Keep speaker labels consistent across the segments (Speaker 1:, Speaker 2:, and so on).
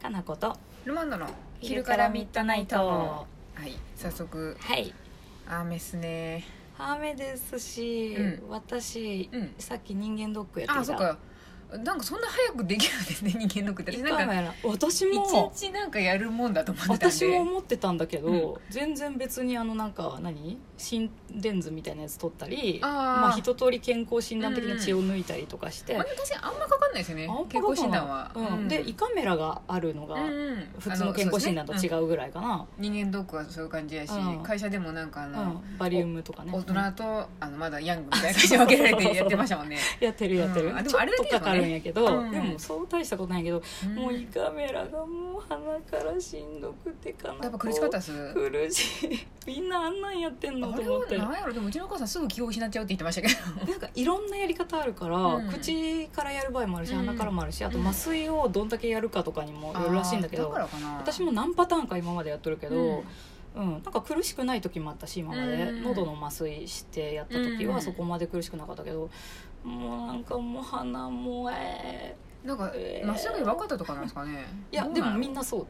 Speaker 1: かなこと
Speaker 2: ルマンドの昼からミッドナイト。
Speaker 1: は
Speaker 2: はい、早速
Speaker 1: い
Speaker 2: 雨っすね。
Speaker 1: 雨ですし、
Speaker 2: うん
Speaker 1: 私、
Speaker 2: うん
Speaker 1: さっき人間ドックやってきた
Speaker 2: あ、そっか。なんかそんな早くできるんですね 人間のくって
Speaker 1: 一
Speaker 2: 私
Speaker 1: 回も
Speaker 2: なんか
Speaker 1: やらん私
Speaker 2: 一
Speaker 1: も
Speaker 2: 日なんかやるもんだと思ってたんで。
Speaker 1: 私も思ってたんだけど、
Speaker 2: う
Speaker 1: 全然別にあのなんか何心電図みたいなやつ取ったり
Speaker 2: あー
Speaker 1: まあ一通り健康診断的な血を抜いたりとかして、
Speaker 2: まあでも確かにあんまかかんないですよね
Speaker 1: あんま。
Speaker 2: 健康診断は。
Speaker 1: うんで胃カメラがあるのが、
Speaker 2: うんうん
Speaker 1: 普通の健康診断と違
Speaker 2: あのそうですね
Speaker 1: うぐらいかな、
Speaker 2: うん人間ドックはそういう感じやし、
Speaker 1: うん
Speaker 2: 会社でもなんかあ
Speaker 1: うん
Speaker 2: の、
Speaker 1: バリウムとかね
Speaker 2: 大人とあのまだヤングみたいな感じで分けられてやってましたもんね。
Speaker 1: やってるやってる、
Speaker 2: うんあで
Speaker 1: ちょ
Speaker 2: もあ
Speaker 1: っ
Speaker 2: れだけ
Speaker 1: と
Speaker 2: でもね
Speaker 1: かかるんやけど、
Speaker 2: うん
Speaker 1: でもそう大したことないけど、
Speaker 2: うん
Speaker 1: もう胃カメラがもう鼻からしんどくてかな
Speaker 2: やっぱ苦しかったっす。
Speaker 1: 苦しい みんなあんなんやってんの
Speaker 2: あ
Speaker 1: と
Speaker 2: れ
Speaker 1: 思っ
Speaker 2: は
Speaker 1: てな
Speaker 2: なんやろでもうちのお母さんすぐ気を失っちゃうって言ってましたけど。
Speaker 1: んかいろんなやり方あるから、
Speaker 2: うん
Speaker 1: 口からやる場合もあるし
Speaker 2: うん
Speaker 1: 鼻からもあるしあと
Speaker 2: うん
Speaker 1: 麻酔をどんだけやるかとかにもよるらしいんだけ
Speaker 2: あー
Speaker 1: ど
Speaker 2: からかな。
Speaker 1: 私も何パターンか今までやっとるけど、
Speaker 2: う
Speaker 1: う
Speaker 2: ん
Speaker 1: ん、なんか苦しくない時もあったし今まで、
Speaker 2: うん
Speaker 1: 喉の麻酔してやった時
Speaker 2: う
Speaker 1: は
Speaker 2: ん
Speaker 1: そこまで苦しくなかったけど、もうなんかもう鼻もえ
Speaker 2: なんか
Speaker 1: えー
Speaker 2: まっすぐ弱かったとかなんですかね。
Speaker 1: ーいや
Speaker 2: どう
Speaker 1: で
Speaker 2: な
Speaker 1: も
Speaker 2: の
Speaker 1: みんなそう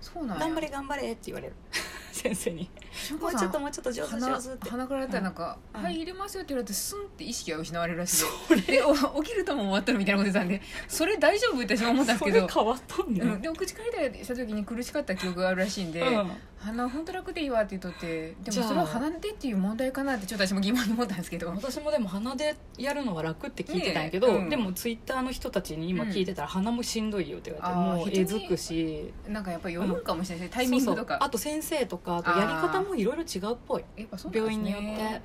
Speaker 2: そう
Speaker 1: 「
Speaker 2: なんや。
Speaker 1: 頑張れ頑張れ」って言われる 先生に
Speaker 2: し
Speaker 1: 「
Speaker 2: の
Speaker 1: も
Speaker 2: こ
Speaker 1: う
Speaker 2: さん。
Speaker 1: ちょっともうちょっと上手
Speaker 2: 鼻
Speaker 1: 上手」って
Speaker 2: 鼻からやったらなんか「
Speaker 1: うん
Speaker 2: はい入れますよ」って言われてスンって意識が失われるらしいでお起きるとも終わったるみたいなこと言ってたんでそれ大丈夫って私も思ったんです
Speaker 1: そ
Speaker 2: け
Speaker 1: れ
Speaker 2: ど、
Speaker 1: 変わったんだ
Speaker 2: う
Speaker 1: よ
Speaker 2: ん、でも口から出した時に苦しかった記憶があるらしいんで、
Speaker 1: うん
Speaker 2: 鼻本当楽でいいわって言っとってで
Speaker 1: じゃ
Speaker 2: も
Speaker 1: あ
Speaker 2: それは鼻でっていう問題かなってちょっと私も疑問に思ったんですけど
Speaker 1: 私もでも鼻でやるのは楽って聞いてたんやけど、
Speaker 2: ねえうん
Speaker 1: でもツイッターの人たちに今聞いてたら鼻もしんどいよって言われて、
Speaker 2: あー
Speaker 1: もうえずくし
Speaker 2: なんかやっぱり読むかもしれないですねタイミングと
Speaker 1: そうそう
Speaker 2: か
Speaker 1: あと先生とかあとやり方もいろいろ違うっぽい
Speaker 2: やっぱそうなんで
Speaker 1: 病
Speaker 2: す
Speaker 1: 院によって
Speaker 2: ね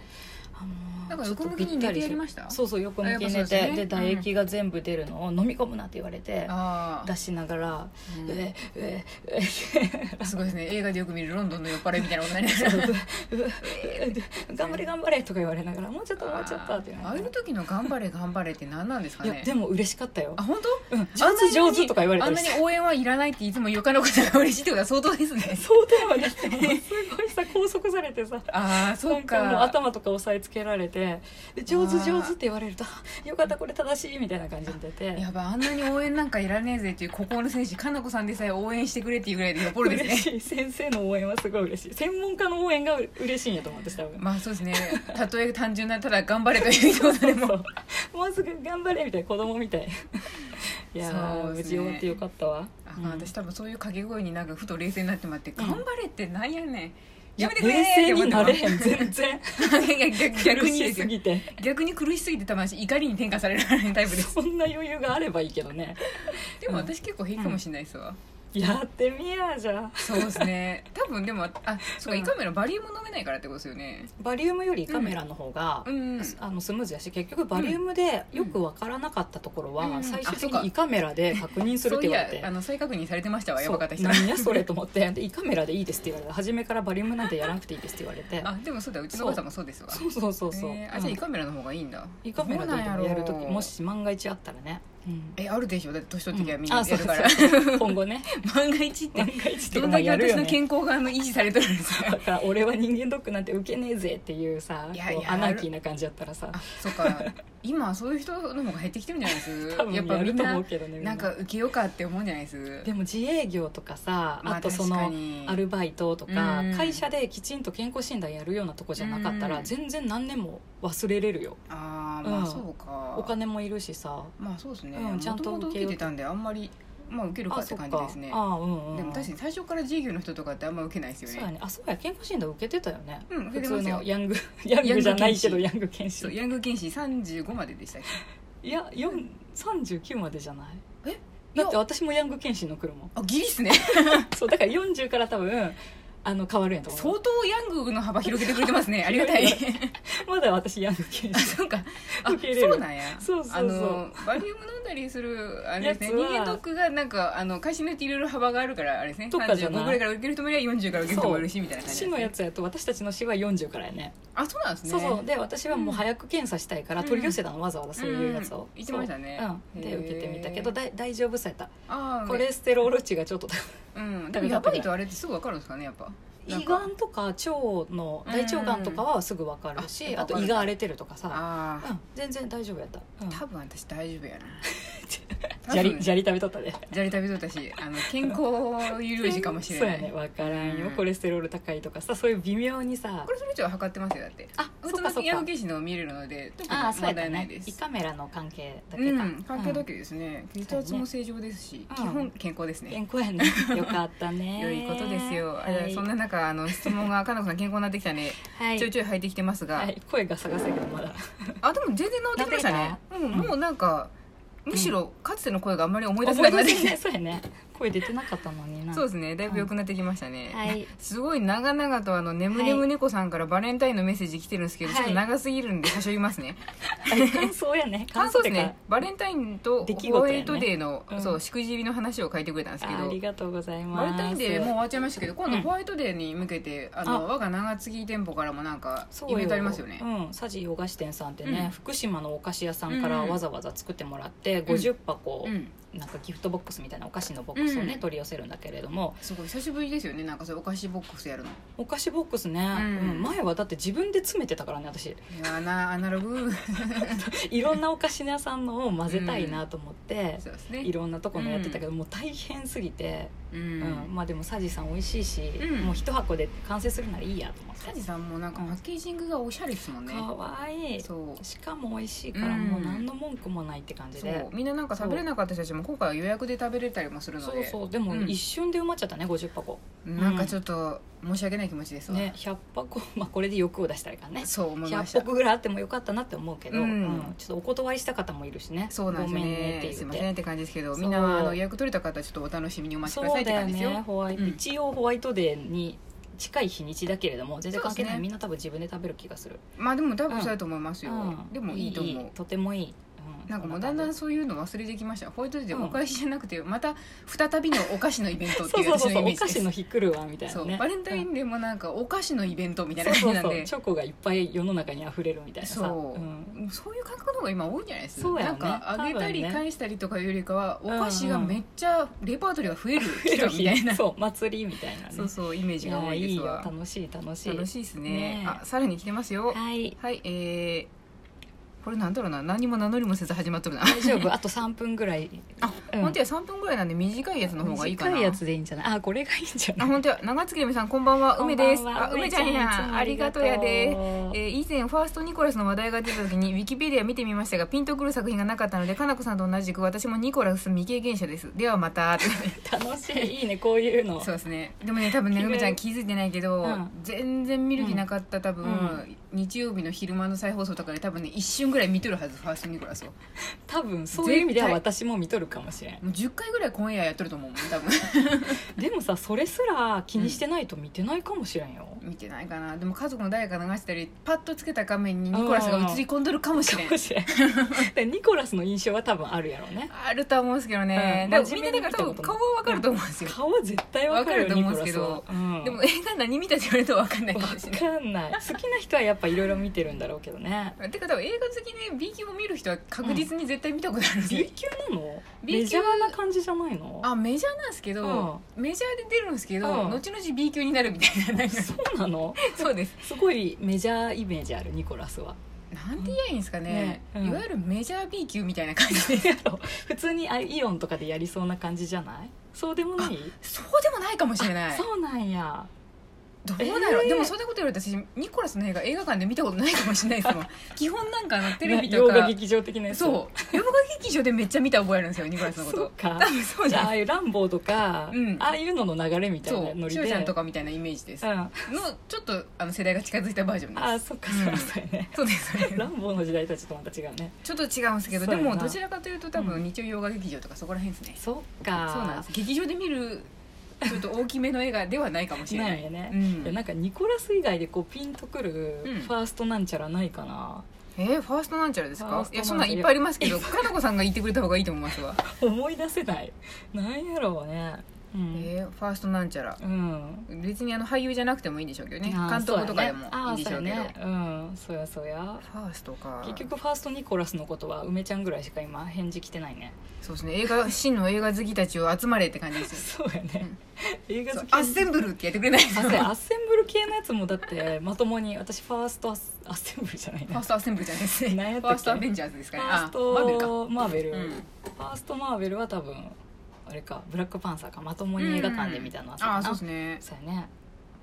Speaker 1: あのー
Speaker 2: なんか横向きに寝てやりました
Speaker 1: そうそう横向きに
Speaker 2: あや
Speaker 1: 寝
Speaker 2: っぱそう
Speaker 1: て
Speaker 2: で
Speaker 1: で,、
Speaker 2: すねうん
Speaker 1: 唾液が全部出るのを飲み込むなって言われて
Speaker 2: あ
Speaker 1: 出しながら
Speaker 2: あ、う
Speaker 1: 「
Speaker 2: ん
Speaker 1: うえうえうえ
Speaker 2: すごいですね映画でよく見るロンドンの酔っ払いみたいなことになりまし
Speaker 1: う え
Speaker 2: た
Speaker 1: うえうえ 頑張れ頑張れ」とか言われながら「もうちょっともうちょっと」って言
Speaker 2: あ
Speaker 1: わ
Speaker 2: あい
Speaker 1: れ
Speaker 2: う
Speaker 1: て。
Speaker 2: 時の頑張れ頑張れって何なんですか
Speaker 1: い
Speaker 2: ね
Speaker 1: やでも嬉しかったよ
Speaker 2: あ、本
Speaker 1: 「うん、
Speaker 2: 当？
Speaker 1: 上手上手」とか言われた
Speaker 2: あん
Speaker 1: り
Speaker 2: なに
Speaker 1: して
Speaker 2: 応援はいらないっていつも言うかのことが嬉しいってことは相当で すね。
Speaker 1: そうだよねすごいさ拘束されてさ
Speaker 2: ああ、そ
Speaker 1: な
Speaker 2: うん
Speaker 1: かもう
Speaker 2: か。
Speaker 1: 頭とか押さえつけられてで上手上手って言われると「よかったこれ正しい」みたいな感じに出て
Speaker 2: やばいあんなに応援なんかいらねえぜっていう孤高の選手かなこさんでさえ応援してくれっていうぐらいでよっぽどで
Speaker 1: 嬉
Speaker 2: すね。
Speaker 1: しい先生の応援はすごい嬉しい専門家の応援がう嬉しいんやと思って多分
Speaker 2: まあそうですね。たとえ単純なただ頑張れというこ とでも。
Speaker 1: そうもうすぐ頑張れみたいな子供みたいいやー、
Speaker 2: そう
Speaker 1: 無
Speaker 2: です
Speaker 1: 事
Speaker 2: ね
Speaker 1: 終わってよかったわ
Speaker 2: あ
Speaker 1: うん
Speaker 2: 私多分そういう掛け声になんかふと冷静になってまって、
Speaker 1: ん
Speaker 2: 頑張れってなんやねん。
Speaker 1: いや
Speaker 2: やめてくれ
Speaker 1: 冷
Speaker 2: ー
Speaker 1: 静
Speaker 2: って思
Speaker 1: に
Speaker 2: って
Speaker 1: な
Speaker 2: ま
Speaker 1: れ
Speaker 2: す
Speaker 1: へん全然
Speaker 2: いや逆逆
Speaker 1: 苦
Speaker 2: にで
Speaker 1: し
Speaker 2: す
Speaker 1: す
Speaker 2: よ。
Speaker 1: ぎて
Speaker 2: 逆に苦しすぎて多分私怒りに転化されるタイ プです。
Speaker 1: そんな余裕があればいいけどね
Speaker 2: でも私結構平気かもしれないですわ。
Speaker 1: やってみやじゃあ
Speaker 2: そうですね多分でもあそう
Speaker 1: う
Speaker 2: か
Speaker 1: ん
Speaker 2: 胃カメラバリウム飲めないからってことですよね
Speaker 1: バリウムよりカメラの方が、
Speaker 2: うん
Speaker 1: あのスムーズやし結局バリウムでよくわからなかったところは、
Speaker 2: うん
Speaker 1: 最終
Speaker 2: あそ
Speaker 1: 的
Speaker 2: うか
Speaker 1: に胃カメラで確認するっ
Speaker 2: そう
Speaker 1: て
Speaker 2: い
Speaker 1: 言わ
Speaker 2: や
Speaker 1: れて
Speaker 2: あの再確認されてましたわやばかった
Speaker 1: そう
Speaker 2: 人
Speaker 1: 何やそれと思ってで胃カメラでいいですって言われて初めからバリウムなんてやらなくていいですって言われて
Speaker 2: あでもそうだうちのお母さんもそうですわ
Speaker 1: そうそうそうそう、
Speaker 2: えーあじゃあ胃カメラの方がいいんだ
Speaker 1: イカメラでやるときも
Speaker 2: も
Speaker 1: し万が一あったらね、うん
Speaker 2: えあるでしょだって年取ってきゃみん
Speaker 1: あ
Speaker 2: な
Speaker 1: そ
Speaker 2: や
Speaker 1: う
Speaker 2: る
Speaker 1: そう
Speaker 2: から
Speaker 1: 今後 ね
Speaker 2: 万が 一って
Speaker 1: 万が一と
Speaker 2: ど
Speaker 1: か
Speaker 2: ん
Speaker 1: も
Speaker 2: だけ
Speaker 1: やる
Speaker 2: 私
Speaker 1: よ
Speaker 2: の
Speaker 1: ね
Speaker 2: 健康があの維持されてるんで す
Speaker 1: だ
Speaker 2: か
Speaker 1: から俺は人間ドックなんて受けねえぜっていうさ
Speaker 2: い
Speaker 1: こ
Speaker 2: や
Speaker 1: う
Speaker 2: やる
Speaker 1: アナーキーな感じだったらさ
Speaker 2: あそうか今そういう人の方が減ってきてるんじゃないです
Speaker 1: 多分
Speaker 2: や
Speaker 1: や
Speaker 2: っぱみ
Speaker 1: る
Speaker 2: ん
Speaker 1: と思
Speaker 2: な
Speaker 1: うけどねみ
Speaker 2: なんか受けようかって思うんじゃないです
Speaker 1: でも自営業とかさ、
Speaker 2: まあ
Speaker 1: あとそ
Speaker 2: 確
Speaker 1: の
Speaker 2: かに
Speaker 1: アルバイトとか、
Speaker 2: うん
Speaker 1: 会社できちんと健康診断やるようなとこじゃなかったら、
Speaker 2: うん
Speaker 1: 全然何年も忘れれるよ
Speaker 2: ああま
Speaker 1: うん
Speaker 2: あそうか
Speaker 1: お金もいるしさ
Speaker 2: まあそうですね、
Speaker 1: うんちゃん
Speaker 2: も
Speaker 1: と
Speaker 2: ともと
Speaker 1: 受け
Speaker 2: 受
Speaker 1: よう
Speaker 2: けてたんであんまり、まあ、受けるか
Speaker 1: あ
Speaker 2: って
Speaker 1: そっ
Speaker 2: 感じ
Speaker 1: か
Speaker 2: ですね
Speaker 1: あうんうん
Speaker 2: でも確かに最初から自営業の人とかってあんま受けないですよ
Speaker 1: そうや
Speaker 2: ね
Speaker 1: ねあそうや健康診断受けてたよね、
Speaker 2: うん
Speaker 1: 普
Speaker 2: 受けて
Speaker 1: 通
Speaker 2: ますよ
Speaker 1: のヤング ヤングじゃないけどヤング検
Speaker 2: そう
Speaker 1: 診
Speaker 2: ヤング研修35まででしたっ
Speaker 1: いや4 39までじゃない
Speaker 2: え
Speaker 1: だって私もヤング検診の車
Speaker 2: けあギリっすね
Speaker 1: そうだから40から多分あの変わるんやと思
Speaker 2: 相当ヤングの幅広げてくれてますねありがたい
Speaker 1: うまだ私ヤング検
Speaker 2: あ
Speaker 1: 診
Speaker 2: そうかあ
Speaker 1: 受け入れる
Speaker 2: そうなんや
Speaker 1: そうそうそう
Speaker 2: あのバリウム飲んだりするあれですね
Speaker 1: や
Speaker 2: 人
Speaker 1: つは
Speaker 2: 間ドックがなんかあの会社によっていろいろ幅があるからあれですね
Speaker 1: とかじゃない
Speaker 2: 35ぐらいから受ける人もいれば40から受ける人もいるしみたいな感じ
Speaker 1: 市のやつやと私たちの市は40からやね
Speaker 2: あそうなんですね
Speaker 1: そうそうで私はもう
Speaker 2: うん
Speaker 1: 早く検査したいから、
Speaker 2: うん
Speaker 1: 取り寄せたのわざわざそういうやつ
Speaker 2: うん
Speaker 1: を、
Speaker 2: 言ってましたね
Speaker 1: そううん、で
Speaker 2: へー
Speaker 1: 受けてみたけどだい大丈夫そうやっ
Speaker 2: あ
Speaker 1: た
Speaker 2: ー
Speaker 1: コレステロール値がちょっと高い
Speaker 2: うんでもやばいとあれってすぐ分かるんですかねやっぱなん
Speaker 1: 胃
Speaker 2: か
Speaker 1: がんとか腸の大腸がんとかはすぐ分かる
Speaker 2: うん
Speaker 1: し
Speaker 2: うんあ
Speaker 1: あと胃が荒れてるとかさ、
Speaker 2: あ
Speaker 1: うん、全然大丈夫やった、うん
Speaker 2: あ多分私大丈夫やな
Speaker 1: 砂利
Speaker 2: 多分
Speaker 1: 砂利食べとったで
Speaker 2: 砂利食べとったしあの健康有事かもしれな い
Speaker 1: そうやね分からんよ、
Speaker 2: うん
Speaker 1: コレステロール高いとかさそういう微妙にさ
Speaker 2: これそれ以上は測ってますよだって
Speaker 1: あ
Speaker 2: 普
Speaker 1: そ
Speaker 2: 通
Speaker 1: っかそ
Speaker 2: の
Speaker 1: っ
Speaker 2: 医
Speaker 1: か
Speaker 2: 療技師のを見れるので特
Speaker 1: ああ
Speaker 2: に
Speaker 1: そうや
Speaker 2: 問
Speaker 1: った
Speaker 2: 題ない
Speaker 1: ね
Speaker 2: です
Speaker 1: 胃カメラの関係だけ
Speaker 2: う
Speaker 1: か、
Speaker 2: ん、関係だ
Speaker 1: うん
Speaker 2: けですね、血圧も正常ですし、
Speaker 1: うん
Speaker 2: 基本健康ですね、
Speaker 1: 健康やねよかったね
Speaker 2: 良いことですよ、あ
Speaker 1: はい
Speaker 2: そんな中あの質 問がかなこさん健康になってきたね、
Speaker 1: はい
Speaker 2: ちょいちょい入ってきてますが、
Speaker 1: はい、声が探せけどまだ
Speaker 2: あでも全然治ってきましたねうん、
Speaker 1: た
Speaker 2: もうなんかむしろかつての声があんまり思い出せ
Speaker 1: 思
Speaker 2: ないくなっ
Speaker 1: 出
Speaker 2: て
Speaker 1: せ
Speaker 2: きて、
Speaker 1: ないそうやね声出てなかったのにな
Speaker 2: そうですねだいぶ良くなってきましたね、
Speaker 1: はい
Speaker 2: すごい長々とあの眠れむ猫さんからバレンタインのメッセージ来てるんですけど、
Speaker 1: はい
Speaker 2: ちょっと長すぎるんで差し上げますね
Speaker 1: はい感想やね
Speaker 2: 感想
Speaker 1: って
Speaker 2: で
Speaker 1: い
Speaker 2: す
Speaker 1: うか
Speaker 2: ねバレンタインと
Speaker 1: 出来事や
Speaker 2: ホ
Speaker 1: ね
Speaker 2: ワイトデーの、
Speaker 1: うん
Speaker 2: そうしくじりの話を書いてくれたんですけ
Speaker 1: ああ
Speaker 2: ど
Speaker 1: りがとうございます
Speaker 2: バレンタインデーもう終わっちゃいましたけど今
Speaker 1: う
Speaker 2: 度
Speaker 1: ん
Speaker 2: ホワイトデーに向けて、あの
Speaker 1: あ
Speaker 2: 我が長継店舗からもなんか
Speaker 1: そう
Speaker 2: イ
Speaker 1: よ
Speaker 2: ベントありますよね
Speaker 1: うん、サジ洋菓子店さんってね、
Speaker 2: うん
Speaker 1: 福島のお菓子屋さんからわざわざ作ってもらって、50箱、
Speaker 2: うん
Speaker 1: なんかギフトボックスみたいなお菓子のボックスをね、
Speaker 2: うん
Speaker 1: 取り寄せるんだけれども
Speaker 2: すごい久しぶりですよねなんかそういうお菓子ボックスやるのい
Speaker 1: お菓子ボックスね、
Speaker 2: うん
Speaker 1: うん前はだって自分で詰めてたからね私
Speaker 2: やなアナログ
Speaker 1: いろんなお菓子屋さんのを混ぜたいなと思って、
Speaker 2: そうですね
Speaker 1: いろんなとこのやってたけど、もう大変すぎて、
Speaker 2: う
Speaker 1: うん
Speaker 2: ん、
Speaker 1: まあでもサジさん美味しいし、
Speaker 2: うん
Speaker 1: もう一箱で完成するならいいやと思
Speaker 2: サ
Speaker 1: っ
Speaker 2: ジさんもなんかパッケージングがおしゃれですもん
Speaker 1: て
Speaker 2: ね
Speaker 1: かわいい
Speaker 2: そう
Speaker 1: しかも美味しいから
Speaker 2: うん
Speaker 1: もう何の文句もないって感じ
Speaker 2: そ
Speaker 1: で、
Speaker 2: うみんななんか食べれなかった人たちも今回は予約で食べれたりもするの
Speaker 1: そう
Speaker 2: で
Speaker 1: そうでも
Speaker 2: うん
Speaker 1: 一瞬で埋まっちゃったね50箱
Speaker 2: なんかちょっと申し訳ない気持ちですわ、
Speaker 1: ね100箱まあこれで欲を出したらいいからね
Speaker 2: そう思いまし
Speaker 1: 100
Speaker 2: た
Speaker 1: 箱ぐらいあってもよかったなって思うけど、
Speaker 2: うん
Speaker 1: うんちょっとお断りした方もいるしね
Speaker 2: そうなんですよ
Speaker 1: ごめん
Speaker 2: ね
Speaker 1: ねって
Speaker 2: す
Speaker 1: 言っ
Speaker 2: いま
Speaker 1: て
Speaker 2: せんって感じですけど
Speaker 1: そう
Speaker 2: みんなあの予約取れた方はちょっとお楽しみにお待ちくださいって感じですよ
Speaker 1: ホワイト、
Speaker 2: うん
Speaker 1: 一応ホワイトデーに近い日にちだけれども全然関係ない、
Speaker 2: そうですね
Speaker 1: みんな多分自分で食べる気がする、
Speaker 2: まあでも多分そうだと思いますよ、
Speaker 1: うん
Speaker 2: でもいいと思う
Speaker 1: とてもいい、う
Speaker 2: なんかもうだんだん
Speaker 1: そ
Speaker 2: そういうの忘れてきましたホワイトデーで
Speaker 1: うん
Speaker 2: お返しじゃなくてまた再びのお菓子のイベントって
Speaker 1: そ
Speaker 2: いうう
Speaker 1: そうそ
Speaker 2: 私
Speaker 1: う
Speaker 2: の
Speaker 1: そ
Speaker 2: イ
Speaker 1: うお
Speaker 2: メージで
Speaker 1: 菓
Speaker 2: す
Speaker 1: 子の日来るわみたい
Speaker 2: そ
Speaker 1: な
Speaker 2: う
Speaker 1: ね
Speaker 2: バレンタイ
Speaker 1: うん
Speaker 2: ンデーもなんかお菓子のイベントみたいな
Speaker 1: そう
Speaker 2: 感じ
Speaker 1: そうそ
Speaker 2: なん
Speaker 1: う
Speaker 2: で
Speaker 1: チョコがいっぱい世の中に溢れるみたいなさ
Speaker 2: そう
Speaker 1: うん
Speaker 2: そういう感覚の方が今多いんじゃないです
Speaker 1: そうや
Speaker 2: な
Speaker 1: ね
Speaker 2: んかあげたり
Speaker 1: 多分ね
Speaker 2: 返したりとかいうよりかはお
Speaker 1: んうん
Speaker 2: 菓子がめっちゃレパートリーが増える期間みたいな、
Speaker 1: そう祭りみたいなね
Speaker 2: そうそうイメージが多
Speaker 1: いや
Speaker 2: いで
Speaker 1: いいよ
Speaker 2: すわ
Speaker 1: 楽しい楽しい
Speaker 2: 楽しいですね
Speaker 1: ねえ
Speaker 2: あさらに来てますよはい、
Speaker 1: はい
Speaker 2: えー、これなんだろうな何も名乗りもせず始まっとるな
Speaker 1: 大丈夫あと3分ぐらい
Speaker 2: あ、
Speaker 1: うん
Speaker 2: 本当や3分ぐらいなんで短いやつの方がいいかな
Speaker 1: 短いやつでいいんじゃないあこれがいいんじゃな
Speaker 2: あ
Speaker 1: い
Speaker 2: 本当や長月留美さんこんばんは梅です
Speaker 1: こんばんは
Speaker 2: あ梅ちゃん
Speaker 1: いつ
Speaker 2: や
Speaker 1: も
Speaker 2: ありがとうやでえ
Speaker 1: え
Speaker 2: ー以前ファーストニコラスの話題が出た時にウィキペディア見てみましたがピンとくる作品がなかったのでかなこさんと同じく私もニコラス未経験者ですではま た
Speaker 1: 楽しいいいねこういうの
Speaker 2: そうですねでもね多分ね
Speaker 1: 気分
Speaker 2: 梅ちゃん気づいてないけど、
Speaker 1: うん
Speaker 2: 全然見る気なかった多分、
Speaker 1: う
Speaker 2: 日曜日の昼間の再放送とかで多分ね一瞬ぐらい見とるはずファーストニコラスをも
Speaker 1: 多分そういう意味では
Speaker 2: 絶
Speaker 1: 私も見とるかもしれん
Speaker 2: う10回ぐらい今夜やっとると思うもん 多分
Speaker 1: でもさそれすら気にしてないと見てないかもしれんよ、
Speaker 2: 見てないかなでも家族の誰か流したりパッとつけた画面にニコラスが映り込んどるかもし
Speaker 1: か
Speaker 2: れん
Speaker 1: もしれん でニコラスの印象は多分あるやろうね
Speaker 2: あるとは思うんですけどね、
Speaker 1: うん
Speaker 2: でも
Speaker 1: 真
Speaker 2: みん
Speaker 1: 面目
Speaker 2: なだ
Speaker 1: に
Speaker 2: か
Speaker 1: 見
Speaker 2: ら
Speaker 1: たこ
Speaker 2: 多
Speaker 1: と
Speaker 2: 分顔は分かると思うんですよ、
Speaker 1: 顔は絶対わかるよ
Speaker 2: わかると思うんですけど
Speaker 1: ニコラスはうん
Speaker 2: でも映画何見たって言われると分かんないかもしれ
Speaker 1: わかんない好きな人はやっぱいろいろ見てるんだろうけどね
Speaker 2: ないてか多分映画好きで B 級を見る人は確実に絶対見たことあるんですよ
Speaker 1: B 級なの
Speaker 2: B
Speaker 1: メジャーな感じじゃないの
Speaker 2: あメジャーなんですけど、メジャーで出るんですけど、
Speaker 1: うん
Speaker 2: 後々 B 級になるみたいななんか
Speaker 1: そうなの
Speaker 2: そうです
Speaker 1: すごいメジャーイメージあるニコラスは
Speaker 2: なんて言えばいいんですかね,、
Speaker 1: ねうん
Speaker 2: いわゆるメジャー B 級みたいな感じで
Speaker 1: 普通にあイオンとかでやりそうな感じじゃないそうでもない
Speaker 2: そうでもないかもしれない
Speaker 1: そうなんや
Speaker 2: どうだろう、
Speaker 1: えー
Speaker 2: でもそんなこと言われたら私ニコラスの映画映画館で見たことないかもしれな いですもん基本なんかあのテレビと
Speaker 1: 洋画
Speaker 2: か
Speaker 1: 劇場的なやつ
Speaker 2: そう洋画劇場でめっちゃ見た覚えあるんですよニコラスのこ
Speaker 1: そう
Speaker 2: と
Speaker 1: か
Speaker 2: 多分そう
Speaker 1: じ
Speaker 2: じ
Speaker 1: ゃあ
Speaker 2: ゃ
Speaker 1: ああ
Speaker 2: ん
Speaker 1: いうランボーとか、
Speaker 2: うん
Speaker 1: ああいうのの流れみたい
Speaker 2: そ
Speaker 1: なノ
Speaker 2: う
Speaker 1: リ
Speaker 2: し
Speaker 1: で
Speaker 2: ゅうちゃんとかみたいなイメージです
Speaker 1: うん
Speaker 2: の
Speaker 1: あ
Speaker 2: ちょっとあの世代が近づいたバージョンで
Speaker 1: あそっかそっかそうやね、
Speaker 2: すそうで すそうです
Speaker 1: ランボーの時代とはちょっとまた違うね
Speaker 2: ちょっと違うんですけど
Speaker 1: そう
Speaker 2: で
Speaker 1: やな
Speaker 2: もどちらかというと多
Speaker 1: う
Speaker 2: 分日曜洋画劇場とかそこら辺ですね
Speaker 1: そっか
Speaker 2: そうなんです劇場で見るちょっと大きめの映画ではないかもしれな
Speaker 1: ないいよね、
Speaker 2: うん
Speaker 1: いやなんかニコラス以外でこうピンとくる
Speaker 2: うん
Speaker 1: ファーストなんちゃらないかな、
Speaker 2: えーファーストなんちゃらです
Speaker 1: ファー
Speaker 2: か
Speaker 1: スト
Speaker 2: い
Speaker 1: なん
Speaker 2: や
Speaker 1: ちゃ
Speaker 2: そん
Speaker 1: ら
Speaker 2: なんいっぱいありますけどかなこさんが言ってくれた方がいいと思いますわ
Speaker 1: 思い出せないなんやろうねうん
Speaker 2: えーファーストなんちゃら
Speaker 1: うん
Speaker 2: 別にあの俳優じゃなくてもいいんでしょうけどね
Speaker 1: あー
Speaker 2: 監督とかでもいいでしょ
Speaker 1: そうや
Speaker 2: うけど
Speaker 1: ねあーそうやねうんそうやそうや
Speaker 2: ファーストか
Speaker 1: 結局ファーストニコラスのことは梅ちゃんぐらいしか今返事来てないね
Speaker 2: そうですね映画真の映画好きたちを集まれって感じですよ
Speaker 1: そうやね、映画
Speaker 2: そ
Speaker 1: 好
Speaker 2: う
Speaker 1: き
Speaker 2: アッセンブルってやってくれないです
Speaker 1: ア
Speaker 2: か
Speaker 1: ッ
Speaker 2: フ
Speaker 1: セン
Speaker 2: ァ
Speaker 1: アッセンブル系のやつもだ ってまともに私ファーストアッセアッセンブルじゃない
Speaker 2: ー
Speaker 1: な
Speaker 2: ストアッセンブルじゃないですね
Speaker 1: 何やっ
Speaker 2: フ
Speaker 1: たっ
Speaker 2: ァ
Speaker 1: け
Speaker 2: ーストアベンジャーズですか
Speaker 1: フ
Speaker 2: ね
Speaker 1: ァー
Speaker 2: あ
Speaker 1: ス
Speaker 2: マーベルか
Speaker 1: トマーベル
Speaker 2: うん
Speaker 1: ファーストマーベルは多分あれかブラックパンサーかまともに映画館で見たのは
Speaker 2: うんあ
Speaker 1: か
Speaker 2: あ
Speaker 1: な
Speaker 2: そうですね
Speaker 1: そうやね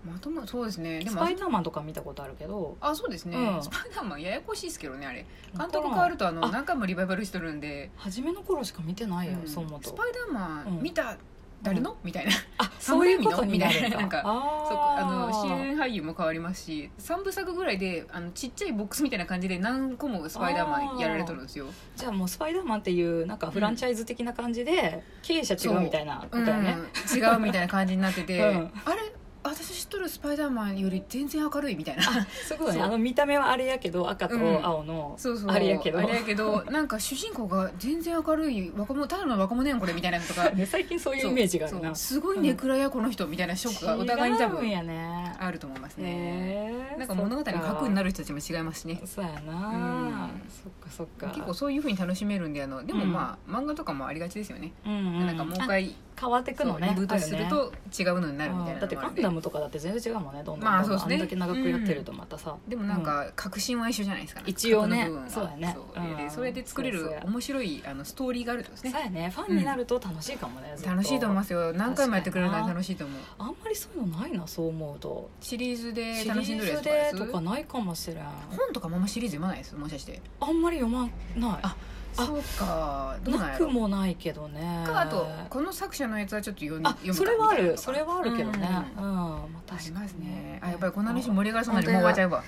Speaker 2: まともそうですねで
Speaker 1: ス
Speaker 2: も
Speaker 1: パイダーマンとか見たことあるけど
Speaker 2: あそうですね、
Speaker 1: うん
Speaker 2: スパイダーマンややこしいですけどねあれ監
Speaker 1: わか
Speaker 2: 督
Speaker 1: らん
Speaker 2: 変わるとあの
Speaker 1: あ
Speaker 2: 何回もリバイバルしてるんで、
Speaker 1: 初めの頃しか見てないよ、
Speaker 2: うん
Speaker 1: そう思うと
Speaker 2: スパイダーマン
Speaker 1: うん
Speaker 2: 見た、誰のみたいな
Speaker 1: あそういうことになる
Speaker 2: みたいななんか
Speaker 1: あー
Speaker 2: そうあの主演俳優も変わりますし3部作ぐらいであのちっちゃいボックスみたいな感じで何個もスパイダーマンやられとるんですよ、
Speaker 1: じゃあもう「スパイダーマン」っていうなんかフランチャイズ的な感じで経営者違うみたいなこ
Speaker 2: う
Speaker 1: と
Speaker 2: ん、
Speaker 1: よね、
Speaker 2: 違うみたいな感じになってて、
Speaker 1: うん
Speaker 2: あれ私知っとるスパイダーマンより全然明るいみたいな
Speaker 1: すごいね
Speaker 2: そう
Speaker 1: あの見た目はあれやけど赤と青の、
Speaker 2: そうそう
Speaker 1: あれやけど
Speaker 2: あれやけどなんか主人公が全然明るい若者ただの若者やんこれみたいなのとか
Speaker 1: ね最近そういうイメージがあるな
Speaker 2: そうすごいネクラやこの人みたいなショックがお互いに多
Speaker 1: 違うん
Speaker 2: 分
Speaker 1: やね
Speaker 2: あると思いますね
Speaker 1: ねえ
Speaker 2: なんか物語の核にな
Speaker 1: る
Speaker 2: る人たちも違いますしね
Speaker 1: そうやな、
Speaker 2: うん
Speaker 1: そっかそっか
Speaker 2: 結構そういうふうに楽しめるんであのでも
Speaker 1: うん
Speaker 2: まあ、漫画とかもありがちですよね、
Speaker 1: うんうん、
Speaker 2: なんかもう一
Speaker 1: あ
Speaker 2: 回、
Speaker 1: 変わってく
Speaker 2: そ
Speaker 1: の
Speaker 2: う
Speaker 1: ね
Speaker 2: リブートする
Speaker 1: あよね
Speaker 2: と違うのになるみたい
Speaker 1: うん
Speaker 2: な
Speaker 1: だって
Speaker 2: のも
Speaker 1: ガ
Speaker 2: あるん
Speaker 1: ン
Speaker 2: で
Speaker 1: ダムとかだって全然違うもんねどんどんどんどん、
Speaker 2: まあそうですね
Speaker 1: あんだけ長くやってるとまたさ、
Speaker 2: でもなんか確信は一緒じゃないですか、
Speaker 1: 一応ね
Speaker 2: 核の部分は
Speaker 1: そうやねうん
Speaker 2: でそれで作れ
Speaker 1: そうそう
Speaker 2: る
Speaker 1: や
Speaker 2: 面白いあのストーリーがあるってことです
Speaker 1: そう
Speaker 2: ね
Speaker 1: やねファンになると楽しいかもね、ずっ
Speaker 2: 楽しいと思いますよ何回もやってくれるの
Speaker 1: 確
Speaker 2: は
Speaker 1: かにな
Speaker 2: 楽しいと思う
Speaker 1: あんまりそういうのないなそう思うと
Speaker 2: シリーズで
Speaker 1: シリ
Speaker 2: 楽しんでるや
Speaker 1: ーズ
Speaker 2: つとかで
Speaker 1: ですとかないかもしれん
Speaker 2: 本とかもあんまシリーズ読まないですもしかして
Speaker 1: あんまり読まない
Speaker 2: あそうかどうなん
Speaker 1: な
Speaker 2: や
Speaker 1: く
Speaker 2: ろ
Speaker 1: もないけどね
Speaker 2: かあとこの作者のやつはちょっと読ん
Speaker 1: あ
Speaker 2: 読むか
Speaker 1: それはあ
Speaker 2: みたい
Speaker 1: る
Speaker 2: なとか
Speaker 1: それはあるけどねうん、
Speaker 2: うん
Speaker 1: まあ
Speaker 2: ありますね
Speaker 1: 確かに
Speaker 2: あやっぱりこの話盛り上がりそうなんでもう終わっちゃえば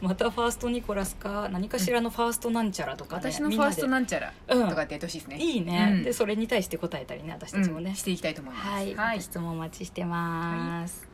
Speaker 1: またファーストニコラスか何かしらのファーストなんちゃらとかね、
Speaker 2: 私のファースト
Speaker 1: みんな
Speaker 2: なんちゃら
Speaker 1: でうん
Speaker 2: とかってやってほしいです
Speaker 1: で
Speaker 2: ね
Speaker 1: いいね、
Speaker 2: うん
Speaker 1: でそれに対して答えたりね私たちもね、
Speaker 2: うんしていきたいと思います
Speaker 1: はい、
Speaker 2: はい
Speaker 1: 質問お待ちしてます、